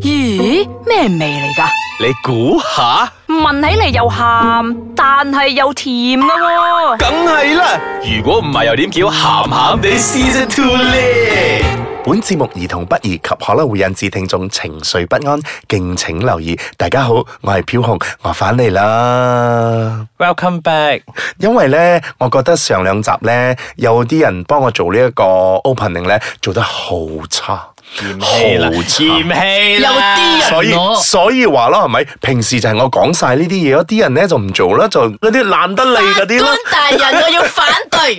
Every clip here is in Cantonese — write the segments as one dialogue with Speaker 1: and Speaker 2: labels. Speaker 1: 咦，咩味嚟噶？
Speaker 2: 你估下，
Speaker 1: 聞起嚟又鹹，但係又甜噶喎、
Speaker 2: 梗係啦！如果唔係又點叫鹹鹹地 Season Two 咧？
Speaker 3: 本節目兒童不宜及可能會引致聽眾情緒不安，敬請留意。大家好，我係飄紅，我返嚟啦。
Speaker 4: Welcome back，
Speaker 3: 因為呢，我覺得上兩集呢，有啲人幫我做呢一個 opening 呢，做得好差，
Speaker 4: 嫌棄啦
Speaker 3: 好，
Speaker 4: 嫌
Speaker 3: 差。
Speaker 4: 棄
Speaker 1: 有
Speaker 4: 啦，
Speaker 1: 啲人
Speaker 3: 所以
Speaker 4: 我
Speaker 3: 所以話咯，係咪？平時就係我講晒呢啲嘢，有啲人呢就唔做啦，就嗰啲懶得理嗰啲咯。
Speaker 1: 大人，我要反對。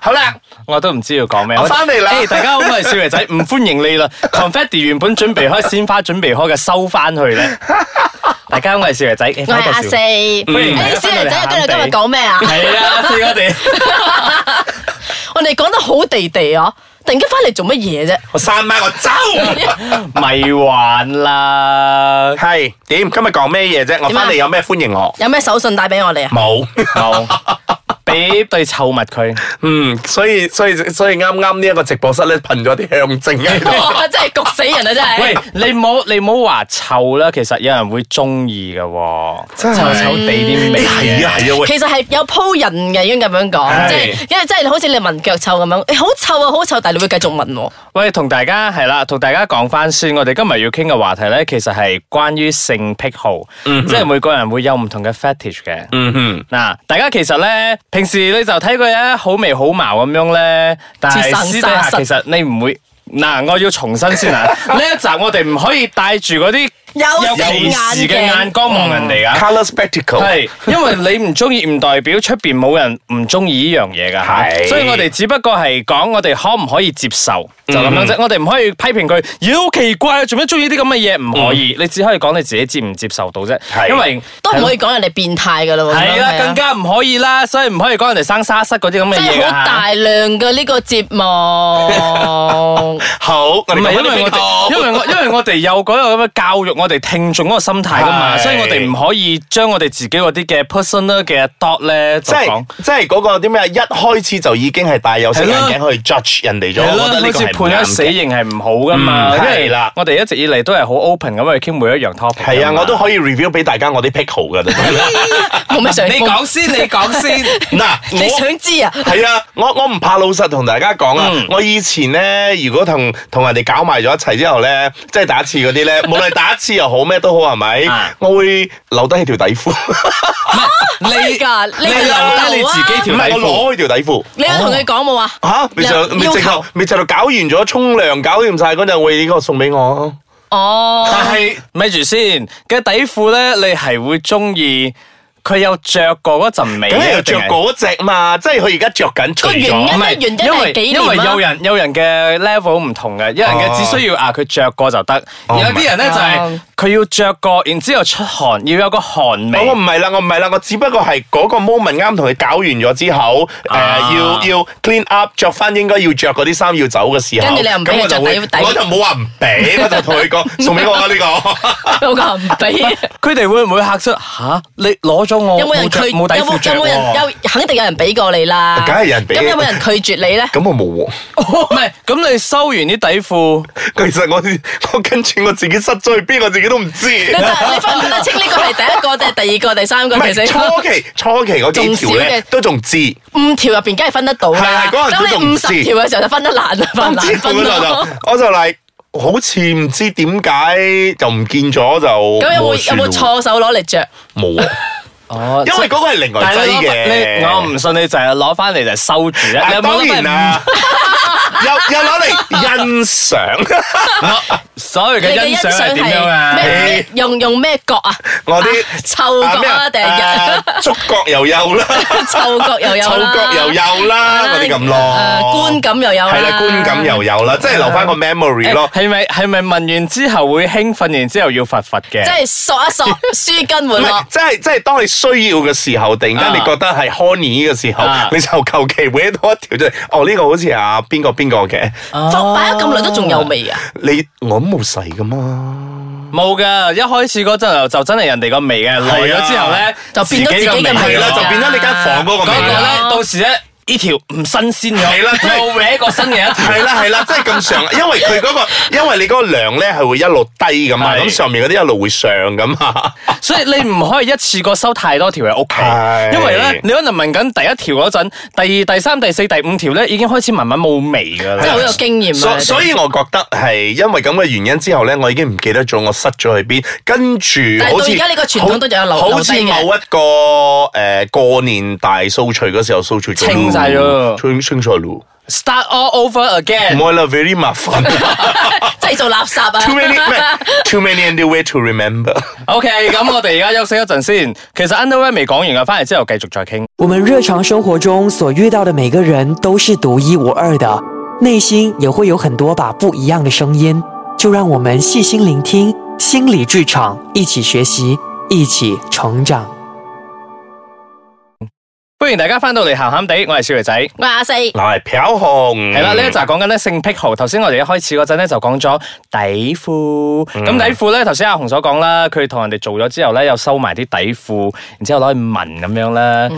Speaker 3: 好啦，
Speaker 4: 我都唔知要講
Speaker 5: Ờ,
Speaker 4: 咩。
Speaker 3: 我返嚟啦
Speaker 4: 誒大家好，我係少爺 仔，唔歡迎你啦。Confetti 原本準備開鮮花，準備開嘅收翻去 咧。大家好，我係少爺仔，
Speaker 5: 我係阿四，
Speaker 4: 歡迎大
Speaker 5: 誒
Speaker 4: 家
Speaker 5: 小
Speaker 4: 翻到
Speaker 5: 爺
Speaker 4: 嚟
Speaker 5: 仔，跟住今日
Speaker 4: 鹹鹹地
Speaker 5: 講咩啊？
Speaker 4: 係啊，四 我哋，
Speaker 5: 我哋講得好地地啊！突然間翻嚟做乜嘢啫？
Speaker 3: 我散埋我走。
Speaker 4: 迷幻啦。
Speaker 3: 係點？今日講咩嘢啫？我
Speaker 5: 點啊
Speaker 3: 返嚟有咩歡迎我？
Speaker 5: 有咩手信帶俾我哋啊？
Speaker 3: 冇。
Speaker 4: 冇，俾對臭襪佢。
Speaker 3: 嗯，所以所以所以啱啱呢一個直播室咧，噴咗啲向正 喺 度。
Speaker 5: 哇！真係焗死人啊！真係。
Speaker 4: 喂，你唔好你唔好話臭啦，其實有人會中意嘅喎，
Speaker 3: 真
Speaker 4: 臭
Speaker 3: 係
Speaker 4: 臭地啲味。
Speaker 3: 係啊係啊，喂，
Speaker 5: 其實係有鋪人嘅，應該咁樣
Speaker 4: 係
Speaker 5: 講，即係因為即係好似你聞腳臭咁樣，誒好臭啊，好臭，但係你會繼續聞喎。
Speaker 4: 喂，同大家係啦，同大家講翻先，我哋今日要傾嘅話題咧，其實係關於性癖好，即係每個人會有唔同嘅 fetish 嘅。
Speaker 3: 嗯哼，
Speaker 4: 嗱，大家其實咧，平時你就睇佢咧好眉好貌咁樣咧，但係私底下其實你唔會。嗱，我要重新先啊！ 呢一集我哋唔可以帶住嗰啲
Speaker 5: 有色
Speaker 4: 歧視嘅
Speaker 5: 眼鏡
Speaker 4: 眼光望人哋噶。
Speaker 3: ，color spectacle
Speaker 4: 系，因為你唔中意，唔代表出边冇人唔中意呢樣嘢噶
Speaker 3: 係
Speaker 4: 所以我哋只不過係講我哋可唔可以接受，
Speaker 3: 嗯
Speaker 4: 就咁樣啫。我哋唔可以批評佢，妖好奇怪，做咩中意啲咁嘅嘢？唔可以，你只可以講你自己接唔接受到啫。
Speaker 3: 嗯係啊
Speaker 4: 因為
Speaker 5: 都唔可以講人哋變態㗎啦喎。
Speaker 4: 係啦，更加唔可以啦，所以唔可以講人哋生沙塞嗰啲咁嘅
Speaker 5: 真
Speaker 4: 嘢
Speaker 5: 係
Speaker 4: 㗎
Speaker 5: 好大量嘅呢個節目。
Speaker 3: 好，我哋
Speaker 4: 唔係因
Speaker 3: 講
Speaker 4: 為
Speaker 3: 呢
Speaker 4: 我
Speaker 3: 個
Speaker 4: 哋，因為我因為我哋有嗰個咁嘅教育，我哋聽眾嗰個心態噶嘛，
Speaker 3: 係
Speaker 4: 所以我哋唔可以將我哋自己嗰啲嘅 personal 嘅 thought 咧，就
Speaker 3: 即
Speaker 4: 講
Speaker 3: 係。即係嗰個啲咩，一開始就已經係戴有色眼
Speaker 4: 係
Speaker 3: 鏡去 judge 人哋咗，
Speaker 4: 係
Speaker 3: 我
Speaker 4: 啦
Speaker 3: 覺得呢個
Speaker 4: 好似
Speaker 3: 係
Speaker 4: 判咗死
Speaker 3: 唔啱嘅。
Speaker 4: 刑係唔好噶嘛，
Speaker 3: 嗯
Speaker 4: 因為
Speaker 3: 係啦
Speaker 4: 我哋一直以嚟都係好 open 咁去傾每一樣 topic 㗎嘛。
Speaker 3: 係啊，我都可以 review 俾大家我啲 pick 號噶。
Speaker 5: 冇咩想
Speaker 4: 你講先，你 講先。
Speaker 3: 嗱，
Speaker 5: 你
Speaker 3: 我
Speaker 5: 想知啊？
Speaker 3: 係啊，我我唔怕老實同大家講啊，
Speaker 4: 嗯
Speaker 3: 我以前咧，如果同同人哋搞埋咗一齊之後咧，即係打一次嗰啲咧，無論打一次又好咩都好，係咪
Speaker 4: 啊？
Speaker 3: 我會留低起條底褲，
Speaker 4: 你
Speaker 5: 真係㗎你
Speaker 4: 你
Speaker 5: 留
Speaker 4: 留低你
Speaker 5: 留啊
Speaker 4: 自己
Speaker 3: 唔
Speaker 4: 條
Speaker 3: 係
Speaker 4: 底褲。
Speaker 3: 我攞起條底褲。
Speaker 5: 你有同佢講冇啊？
Speaker 3: 吓，你就
Speaker 5: 你
Speaker 3: 你
Speaker 5: 有
Speaker 3: 直
Speaker 5: 要
Speaker 3: 頭
Speaker 5: 求
Speaker 3: 你直頭搞完咗沖涼，搞掂晒嗰陣，喂，呢個送俾我。
Speaker 5: 哦。
Speaker 4: 但係咪住先嘅底褲咧，你係會中意佢有着過嗰陣味
Speaker 3: 梗
Speaker 4: 呢，
Speaker 3: 係要着嗰只嘛，即係佢而家着緊，除
Speaker 5: 個原
Speaker 3: 咗
Speaker 5: 因
Speaker 4: 定係。唔
Speaker 5: 咧，原因
Speaker 4: 因為
Speaker 5: 係幾
Speaker 4: 因為
Speaker 5: 年
Speaker 4: 有
Speaker 5: 啊？
Speaker 4: 人有人嘅 level 唔同嘅，有人
Speaker 3: 哦
Speaker 4: 嘅只需要啊佢着過就得，有啲人咧就係
Speaker 5: 哦
Speaker 4: 佢要着過，然之後出汗，要有個汗
Speaker 3: 我
Speaker 4: 味
Speaker 3: 我。唔係啦，我唔係啦，我只不過係嗰個 moment 啱同佢搞完咗之後，
Speaker 4: 啊
Speaker 3: 誒要要 clean up，着翻應該要着嗰啲衫要走嘅時候，
Speaker 5: 跟住你又唔俾
Speaker 3: 咁
Speaker 5: 佢
Speaker 3: 我就
Speaker 5: 着
Speaker 3: 會
Speaker 5: 底底
Speaker 3: 我就冇話唔俾，我就同佢 講送俾我啊呢個。
Speaker 5: 有個人唔 俾啊。
Speaker 4: 佢哋會唔會嚇出吓？你攞咗我
Speaker 5: 有冇人
Speaker 4: 冇
Speaker 5: 拒
Speaker 4: 着冇底
Speaker 5: 有
Speaker 4: 褲
Speaker 5: 冇
Speaker 4: 着
Speaker 5: 有冇人
Speaker 4: 喎？
Speaker 5: 有肯定有人俾過你啦？
Speaker 3: 梗係有人俾
Speaker 5: 咁有冇人拒絕你咧？
Speaker 3: 咁我冇喎，
Speaker 4: 唔係，咁你收完啲底褲，
Speaker 3: 其實我我跟住我自己失咗去邊，我自己都唔 知。
Speaker 5: 你得你分唔分得清呢個係第 一個定係第二個、第三個？
Speaker 3: 唔
Speaker 5: 其
Speaker 3: 係
Speaker 5: 實
Speaker 3: 初期初期嗰幾條
Speaker 5: 仲少
Speaker 3: 咧
Speaker 5: 嘅
Speaker 3: 都仲知。
Speaker 5: 五條入邊梗係分得到
Speaker 3: 係係
Speaker 5: 啦。
Speaker 3: 嗰陣佢
Speaker 5: 咁
Speaker 3: 仲
Speaker 5: 你
Speaker 3: 唔
Speaker 5: 五
Speaker 3: 知
Speaker 5: 十條嘅時候就分得 難啦，
Speaker 3: 我
Speaker 5: 分
Speaker 3: 知
Speaker 5: 難
Speaker 3: 道
Speaker 5: 分咯
Speaker 3: 啦。，就我就嚟好似唔知點解就唔見咗就
Speaker 5: 咁有冇
Speaker 3: 冇算
Speaker 5: 有冇
Speaker 3: 咯
Speaker 5: 錯手攞嚟着？
Speaker 3: 冇 啊，
Speaker 4: 哦
Speaker 3: 因為嗰個係另外
Speaker 4: 但
Speaker 3: 劑
Speaker 4: 係你攞
Speaker 3: 嘅。
Speaker 4: 返你我唔信你就係攞翻嚟就收住啊！
Speaker 3: 啊，
Speaker 4: 你有冇
Speaker 3: 當
Speaker 4: 攞
Speaker 3: 然
Speaker 4: 翻
Speaker 3: 啦， 又又攞嚟欣賞
Speaker 4: 所謂
Speaker 5: 你
Speaker 4: 嘅欣賞係點樣啊
Speaker 5: 咩？咩用用咩角啊？
Speaker 3: 我啲
Speaker 5: 啊嗅
Speaker 3: 啊
Speaker 5: 覺
Speaker 3: 咩
Speaker 5: 啊，定係
Speaker 3: 啊觸覺又有啦，
Speaker 5: 嗅覺 又有啦，
Speaker 3: 嗅覺又有啦，嗰啲咁
Speaker 5: 誒
Speaker 3: 咯。
Speaker 5: 觀感又有啦，
Speaker 3: 係啦，觀感又有啦，即係留翻個 memory 咯
Speaker 4: 誒。係咪係咪問完之後會興奮，然之後要罰罰嘅？
Speaker 5: 即係索一 索舒
Speaker 3: 唔
Speaker 5: 筋活
Speaker 3: 係
Speaker 5: 絡，。
Speaker 3: 即係即係，當你需要嘅時候，突然間
Speaker 4: 啊
Speaker 3: 你覺得係 honey 嘅時候
Speaker 4: 啊，
Speaker 3: 你就求其搲多一條出嚟。哦，呢個好似啊邊個邊個嘅，
Speaker 5: 放擺咗咁耐都仲有味啊！
Speaker 3: 你我都冇洗噶嘛？
Speaker 4: 冇噶，一開始嗰陣就真係人哋個味嘅，
Speaker 3: 啊
Speaker 4: 來咗之後咧
Speaker 5: 就變咗自己嘅味
Speaker 4: 自
Speaker 3: 係
Speaker 4: 㗎
Speaker 3: 啦，
Speaker 5: 啊
Speaker 3: 就變咗你間房嗰個
Speaker 4: 嗰
Speaker 3: 味
Speaker 4: 個咧
Speaker 3: 啦。
Speaker 4: 到時咧呢條唔新鮮咗，
Speaker 3: 係啦即係
Speaker 4: 又搲個新嘅一條。
Speaker 3: 係啦係啦，即係咁上，因為佢嗰個，因為你嗰個量咧係會一路低咁嘛，
Speaker 4: 係
Speaker 3: 咁上面嗰啲一路會上噶嘛。
Speaker 4: 所以你唔可以一次過收太多條喺屋
Speaker 3: 係
Speaker 4: 企，因為咧你可能聞緊第一條嗰陣，第二、第三、第四、第五條咧已經開始慢慢冇味㗎
Speaker 5: 真係
Speaker 4: 啦
Speaker 5: 好。有經驗啊！
Speaker 3: 所所以，我覺得係因為咁嘅原因之後咧，我已經唔記得咗我塞咗去邊，跟住
Speaker 5: 但係
Speaker 3: 好
Speaker 5: 到
Speaker 3: 似
Speaker 5: 而家呢個傳統都仲有留
Speaker 3: 好好
Speaker 5: 留低
Speaker 3: 似
Speaker 5: 嘅
Speaker 3: 某一個誒、呃、過年大掃除嗰時候掃除咗
Speaker 4: 清晒咗
Speaker 3: 清清晒咯，唔
Speaker 4: Start all over again。
Speaker 3: 係啦，very 麻煩
Speaker 5: 製造垃圾啊！
Speaker 3: ，too many 咩 too many and the way to remember。
Speaker 4: OK，咁我哋而家休息一陣先。其實 underwear 未講完啊，翻嚟之後繼續再傾。
Speaker 6: 我们日常生活中所遇到的每个人都是独一无二的，内心也会有很多把不一样的声音。就让我们细心聆听心理剧场，一起学习，一起成长。
Speaker 4: 歡迎大家翻到嚟鹹鹹地，我係小肥仔。
Speaker 5: 我係阿四，
Speaker 3: 嗱，係漂紅，
Speaker 5: 嗯
Speaker 4: 係啦，呢一集講緊咧性癖好。頭先我哋一開始嗰陣咧就講咗底褲，
Speaker 5: 嗯
Speaker 4: 咁底褲咧頭先阿紅所講啦，佢同人哋做咗之後咧，又收埋啲底褲，然之後攞去聞咁樣啦。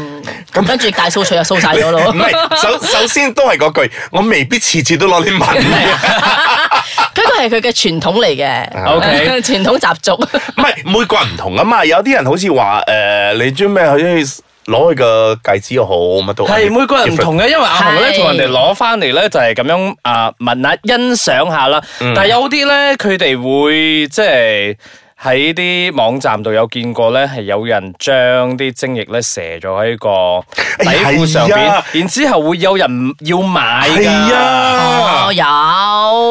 Speaker 5: 跟住大掃除又掃晒咗咯
Speaker 3: 唔。係首首先都係嗰句，我未必次次都攞你問。
Speaker 5: 佢個係佢嘅傳統嚟嘅
Speaker 4: OK
Speaker 5: 傳統習俗。
Speaker 3: 唔係每個人唔同啊嘛，有啲人好似話誒，你中咩去攞佢個戒指又好，乜都
Speaker 4: 係每個人唔同嘅，因為阿紅咧
Speaker 5: 係
Speaker 4: 同人哋攞翻嚟咧就係咁樣啊聞下欣賞下啦。
Speaker 3: 嗯
Speaker 4: 但係有啲咧佢哋會即係喺啲網站度有見過咧，係有人將啲精液咧射咗喺個底褲上
Speaker 3: 哎係
Speaker 4: 邊
Speaker 3: 啊，
Speaker 4: 然之後會有人要買㗎。
Speaker 3: 係啊
Speaker 5: 哦，，有。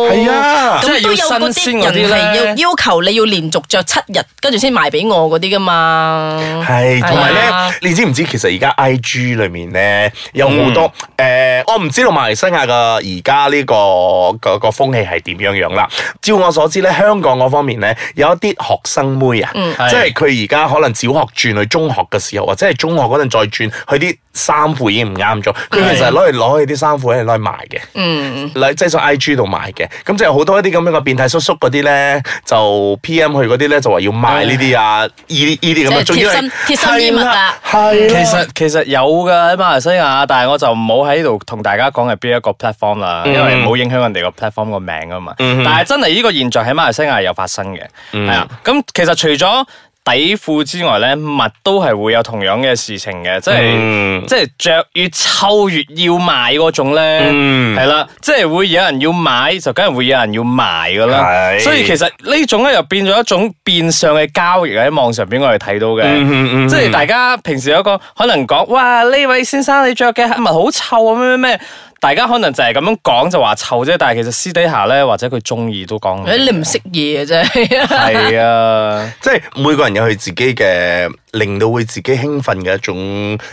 Speaker 5: 係
Speaker 3: 啊
Speaker 5: 咁
Speaker 4: 即
Speaker 5: 都有嗰
Speaker 4: 係
Speaker 5: 啲
Speaker 4: 要新鮮嗰啲
Speaker 5: 人係
Speaker 4: 咧
Speaker 5: 要要求你要連續着七日，跟住先賣俾我嗰啲噶嘛。
Speaker 3: 係同埋
Speaker 5: 係啊
Speaker 3: 咧，你知唔知其實而家 I G 裏面咧有好多誒，我唔知道馬來西亞嘅而家呢個個個風氣係點樣樣啦。照我所知咧，香港嗰方面咧有一啲學生妹啊，即係佢而家可能小學轉去中學嘅時候，或者係中學嗰陣再轉去啲衫褲已經唔啱咗，佢其實係攞嚟攞去啲衫褲係攞嚟賣嘅。
Speaker 5: 嗯，
Speaker 3: 嚟即係上 IG 度賣嘅，咁就有好多一啲咁樣嘅變態叔叔嗰啲咧，就 PM 佢嗰啲咧就話要賣呢啲啊，呢啲呢啲咁
Speaker 5: 即
Speaker 3: 啊，
Speaker 5: 係
Speaker 3: 仲要係
Speaker 5: 貼身貼身衣物啊
Speaker 3: 係
Speaker 4: 其
Speaker 3: 啦，
Speaker 4: 實其實有噶喺馬來西亞，但係我就唔好喺度同大家講係邊一個 platform 啦，
Speaker 3: 嗯
Speaker 4: 因為唔好影響人哋個 platform 個名啊嘛。但係真係呢個現象喺馬來西亞有發生嘅，
Speaker 3: 嗯
Speaker 4: 係啊。咁其實除咗底褲之外咧，襪都係會有同樣嘅事情嘅，即係
Speaker 3: 嗯
Speaker 4: 即係着越臭越要賣嗰種咧，
Speaker 3: 嗯
Speaker 4: 係啦，即係會有人要買，就梗係會有人要賣噶啦。
Speaker 3: 係
Speaker 4: 所以其實呢種咧又變咗一種變相嘅交易喺網上邊我哋睇到嘅。
Speaker 3: 嗯嗯嗯
Speaker 4: 即係大家平時有一個可能講，哇呢位先生你着嘅襪好臭啊咩咩咩，大家可能就係咁樣講就話臭啫，但係其實私底下咧或者佢中意都講。
Speaker 5: 誒你唔識啊嘢嘅啫。
Speaker 4: 係啊，
Speaker 3: 即係每個人有佢自己嘅令到會自己興奮嘅一種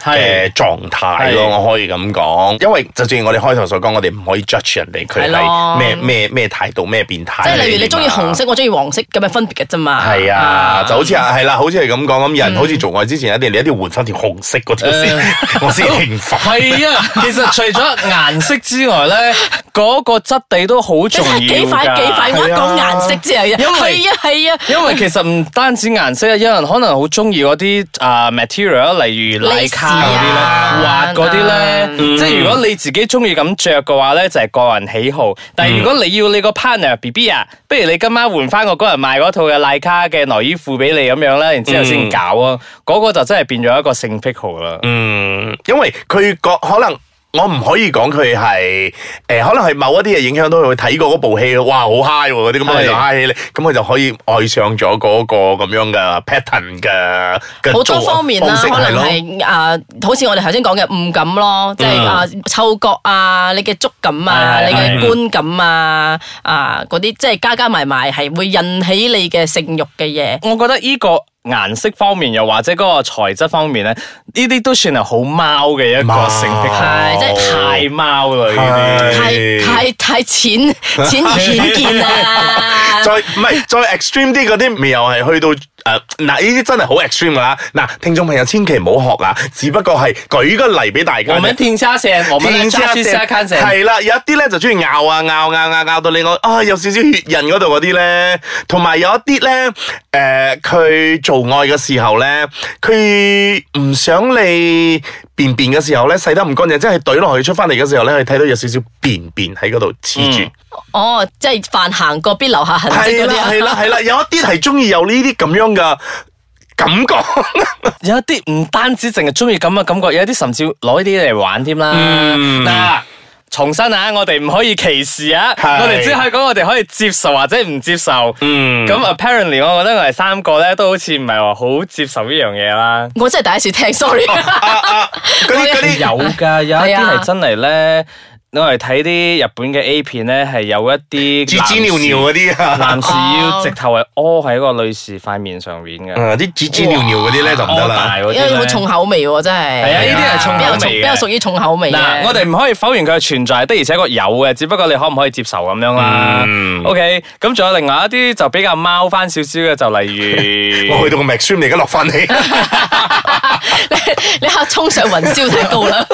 Speaker 4: 係
Speaker 3: 嘅狀態咯，
Speaker 4: 係
Speaker 3: 我可以咁講，因為就正如我哋開頭所講，我哋唔可以 judge 人哋佢
Speaker 5: 係咯
Speaker 3: 係咩咩咩態度、咩變態
Speaker 5: 即
Speaker 3: 嚟㗎嘛。
Speaker 5: 係例如你中意紅色，我中意黃色咁嘅分別嘅啫嘛。
Speaker 3: 係啊，就好似係啦，好似係咁講咁，
Speaker 5: 嗯
Speaker 3: 人好似做愛之前一定你一定要換翻條紅色嗰條先， 我先興奮。
Speaker 4: 係啊，其實除咗顏色之外咧，嗰、個質地都好
Speaker 5: 你
Speaker 4: 重要
Speaker 5: 睇幾塊
Speaker 4: 㗎
Speaker 5: 幾塊，我一講顏色之後，
Speaker 4: 因為
Speaker 5: 係啊係啊，
Speaker 4: 因為其實唔單止顏色啊，有人可能好中意嗰啲啊 material，例如奶卡嗰啲咧，
Speaker 5: Lace 啊
Speaker 4: 滑嗰啲咧，
Speaker 5: 嗯
Speaker 4: 即係如果你自己中意咁着嘅話咧，就係、個人喜好。但係如果你要你個 partner B B 啊，不如你今晚換翻我嗰日賣嗰套嘅奶卡嘅內衣褲俾你咁樣啦，然之後先搞啊，嗰、個就真係變咗一個性癖好啦。
Speaker 3: 嗯，因為佢個可能。我唔可以講佢係誒，可能係某一啲嘢影響到佢睇過嗰部戲，哇好 high 喎嗰啲，咁佢就
Speaker 4: 係
Speaker 3: high 起你，咁佢就可以愛上咗嗰個咁樣嘅 pattern 嘅嘅
Speaker 5: 好
Speaker 3: 做
Speaker 4: 啊
Speaker 5: 多方面啦，
Speaker 3: 方式
Speaker 5: 可能
Speaker 3: 咯
Speaker 5: 係啊，好似我哋頭先講嘅誤感咯，即係啊嗅覺啊，你嘅觸感啊，
Speaker 4: 嗯係係
Speaker 5: 你嘅
Speaker 4: 係
Speaker 5: 觀感啊，啊嗰啲即係加加埋埋係會引起你嘅性欲嘅嘢。
Speaker 4: 我覺得呢個顏色方面，又或者嗰個材質方面咧，呢啲都算係好貓嘅一個
Speaker 3: 貓
Speaker 4: 性癖好，
Speaker 5: 係即係
Speaker 4: 太貓啦呢啲。
Speaker 5: 太
Speaker 3: 係
Speaker 5: 太太 淺淺而顯見啊啦。
Speaker 3: 再唔係再 extreme 啲嗰啲，咪又係去到誒嗱呢啲真係好 extreme 㗎啦！嗱，聽眾朋友千祈唔好學啊，只不過係舉個例俾大家
Speaker 4: 我
Speaker 3: 啫。
Speaker 4: 們停下先，我們來抓住下看先。
Speaker 3: 係啦，有一啲咧就中意拗啊拗拗拗拗到你我啊有少少血印嗰度嗰啲咧，同埋有一啲呃咧誒佢做愛嘅時候咧，佢唔想你便便嘅時候咧洗得唔乾淨，即係懟落去出翻嚟嘅時候咧，係睇到有少少便便喺嗰度黐住。
Speaker 5: 哦，即係飯行過必留下痕
Speaker 3: 係
Speaker 5: 跡嗰啲
Speaker 3: 啦
Speaker 5: 啊
Speaker 3: 係啦係啦，有一啲係中意有呢啲咁樣嘅感覺。
Speaker 4: 有一啲唔單止淨係中意咁嘅感覺，有一啲甚至攞呢啲嚟玩添啦。
Speaker 3: 嗯
Speaker 4: 嗱、重新啊，我哋唔可以歧視啊，
Speaker 3: 係
Speaker 4: 我哋只可以講我哋可以接受或者唔接受。咁、
Speaker 3: 嗯
Speaker 4: apparently，我覺得我哋三個咧都好似唔係話好接受呢樣嘢啦。
Speaker 5: 我真係第一次聽 ，sorry。
Speaker 3: 啊啊，嗰啲嗰啲
Speaker 4: 有 㗎，有一
Speaker 5: 係
Speaker 4: 啲
Speaker 5: 啊
Speaker 4: 係真係咧，我哋睇啲日本嘅 A 片咧，係有一啲
Speaker 3: 紙紙尿尿嗰啲啊。
Speaker 4: 男士要直頭係屙喺個女士塊面上面嘅，啊
Speaker 3: 啊！啲紙紙尿尿嗰啲咧就唔得
Speaker 4: 屙
Speaker 3: 啦
Speaker 4: 大。嗰啲
Speaker 5: 因
Speaker 4: 呢
Speaker 5: 為好重口味喎，真係。
Speaker 4: 係啊呢啲係重口味嘅
Speaker 5: 比較重比較屬於重口味嘅
Speaker 4: 嗱，我哋唔可以否認佢嘅存在，的而且確有嘅，只不過你可唔可以接受咁樣啦？OK，咁仲有另外一啲就比較貓翻少少嘅，就 例如
Speaker 3: 我去到個 m a x 而家落翻嚟，
Speaker 5: 你下衝上雲霄太高啦。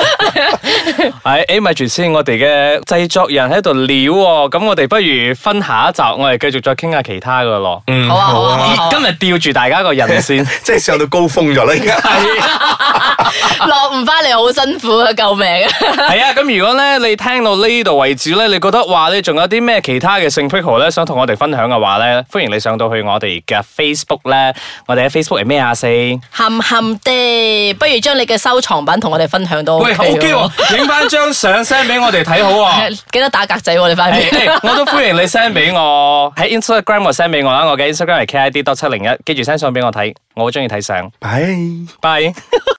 Speaker 4: 係誒咪住哎先，我哋嘅製作人喺度撩喎，咁我哋不如分下一集，我哋繼續再傾下其他嘅咯。嗯，
Speaker 5: 好啊好啊好啊好啊
Speaker 4: 今日吊住大家個人先，啊
Speaker 3: 即係上到高峰咗啦，而 家。
Speaker 5: 啊 落唔翻嚟好辛苦啊！救命啊！
Speaker 4: 係啊，咁如果咧你聽到呢度為止咧，你覺得話你仲有啲咩其他嘅性癖好咧，想同我哋分享嘅話咧，歡迎你上到去我哋嘅 Facebook 咧，我哋喺 Facebook 係咩啊四？
Speaker 5: 冚冚地，不如將你嘅收藏品同我哋分享到。
Speaker 4: 喂，OK 喎，影翻張相 send 俾我哋睇 好喎。
Speaker 5: 記得打格仔喎，你快
Speaker 4: 誒
Speaker 5: 啲。
Speaker 4: 誒我都歡迎你 send 俾我喺 Instagram 我 send 俾我啦，我嘅 Instagram 係 KID 多七零一，記住 send 相俾我睇，我好中意睇相。
Speaker 3: 唉。
Speaker 4: 拜。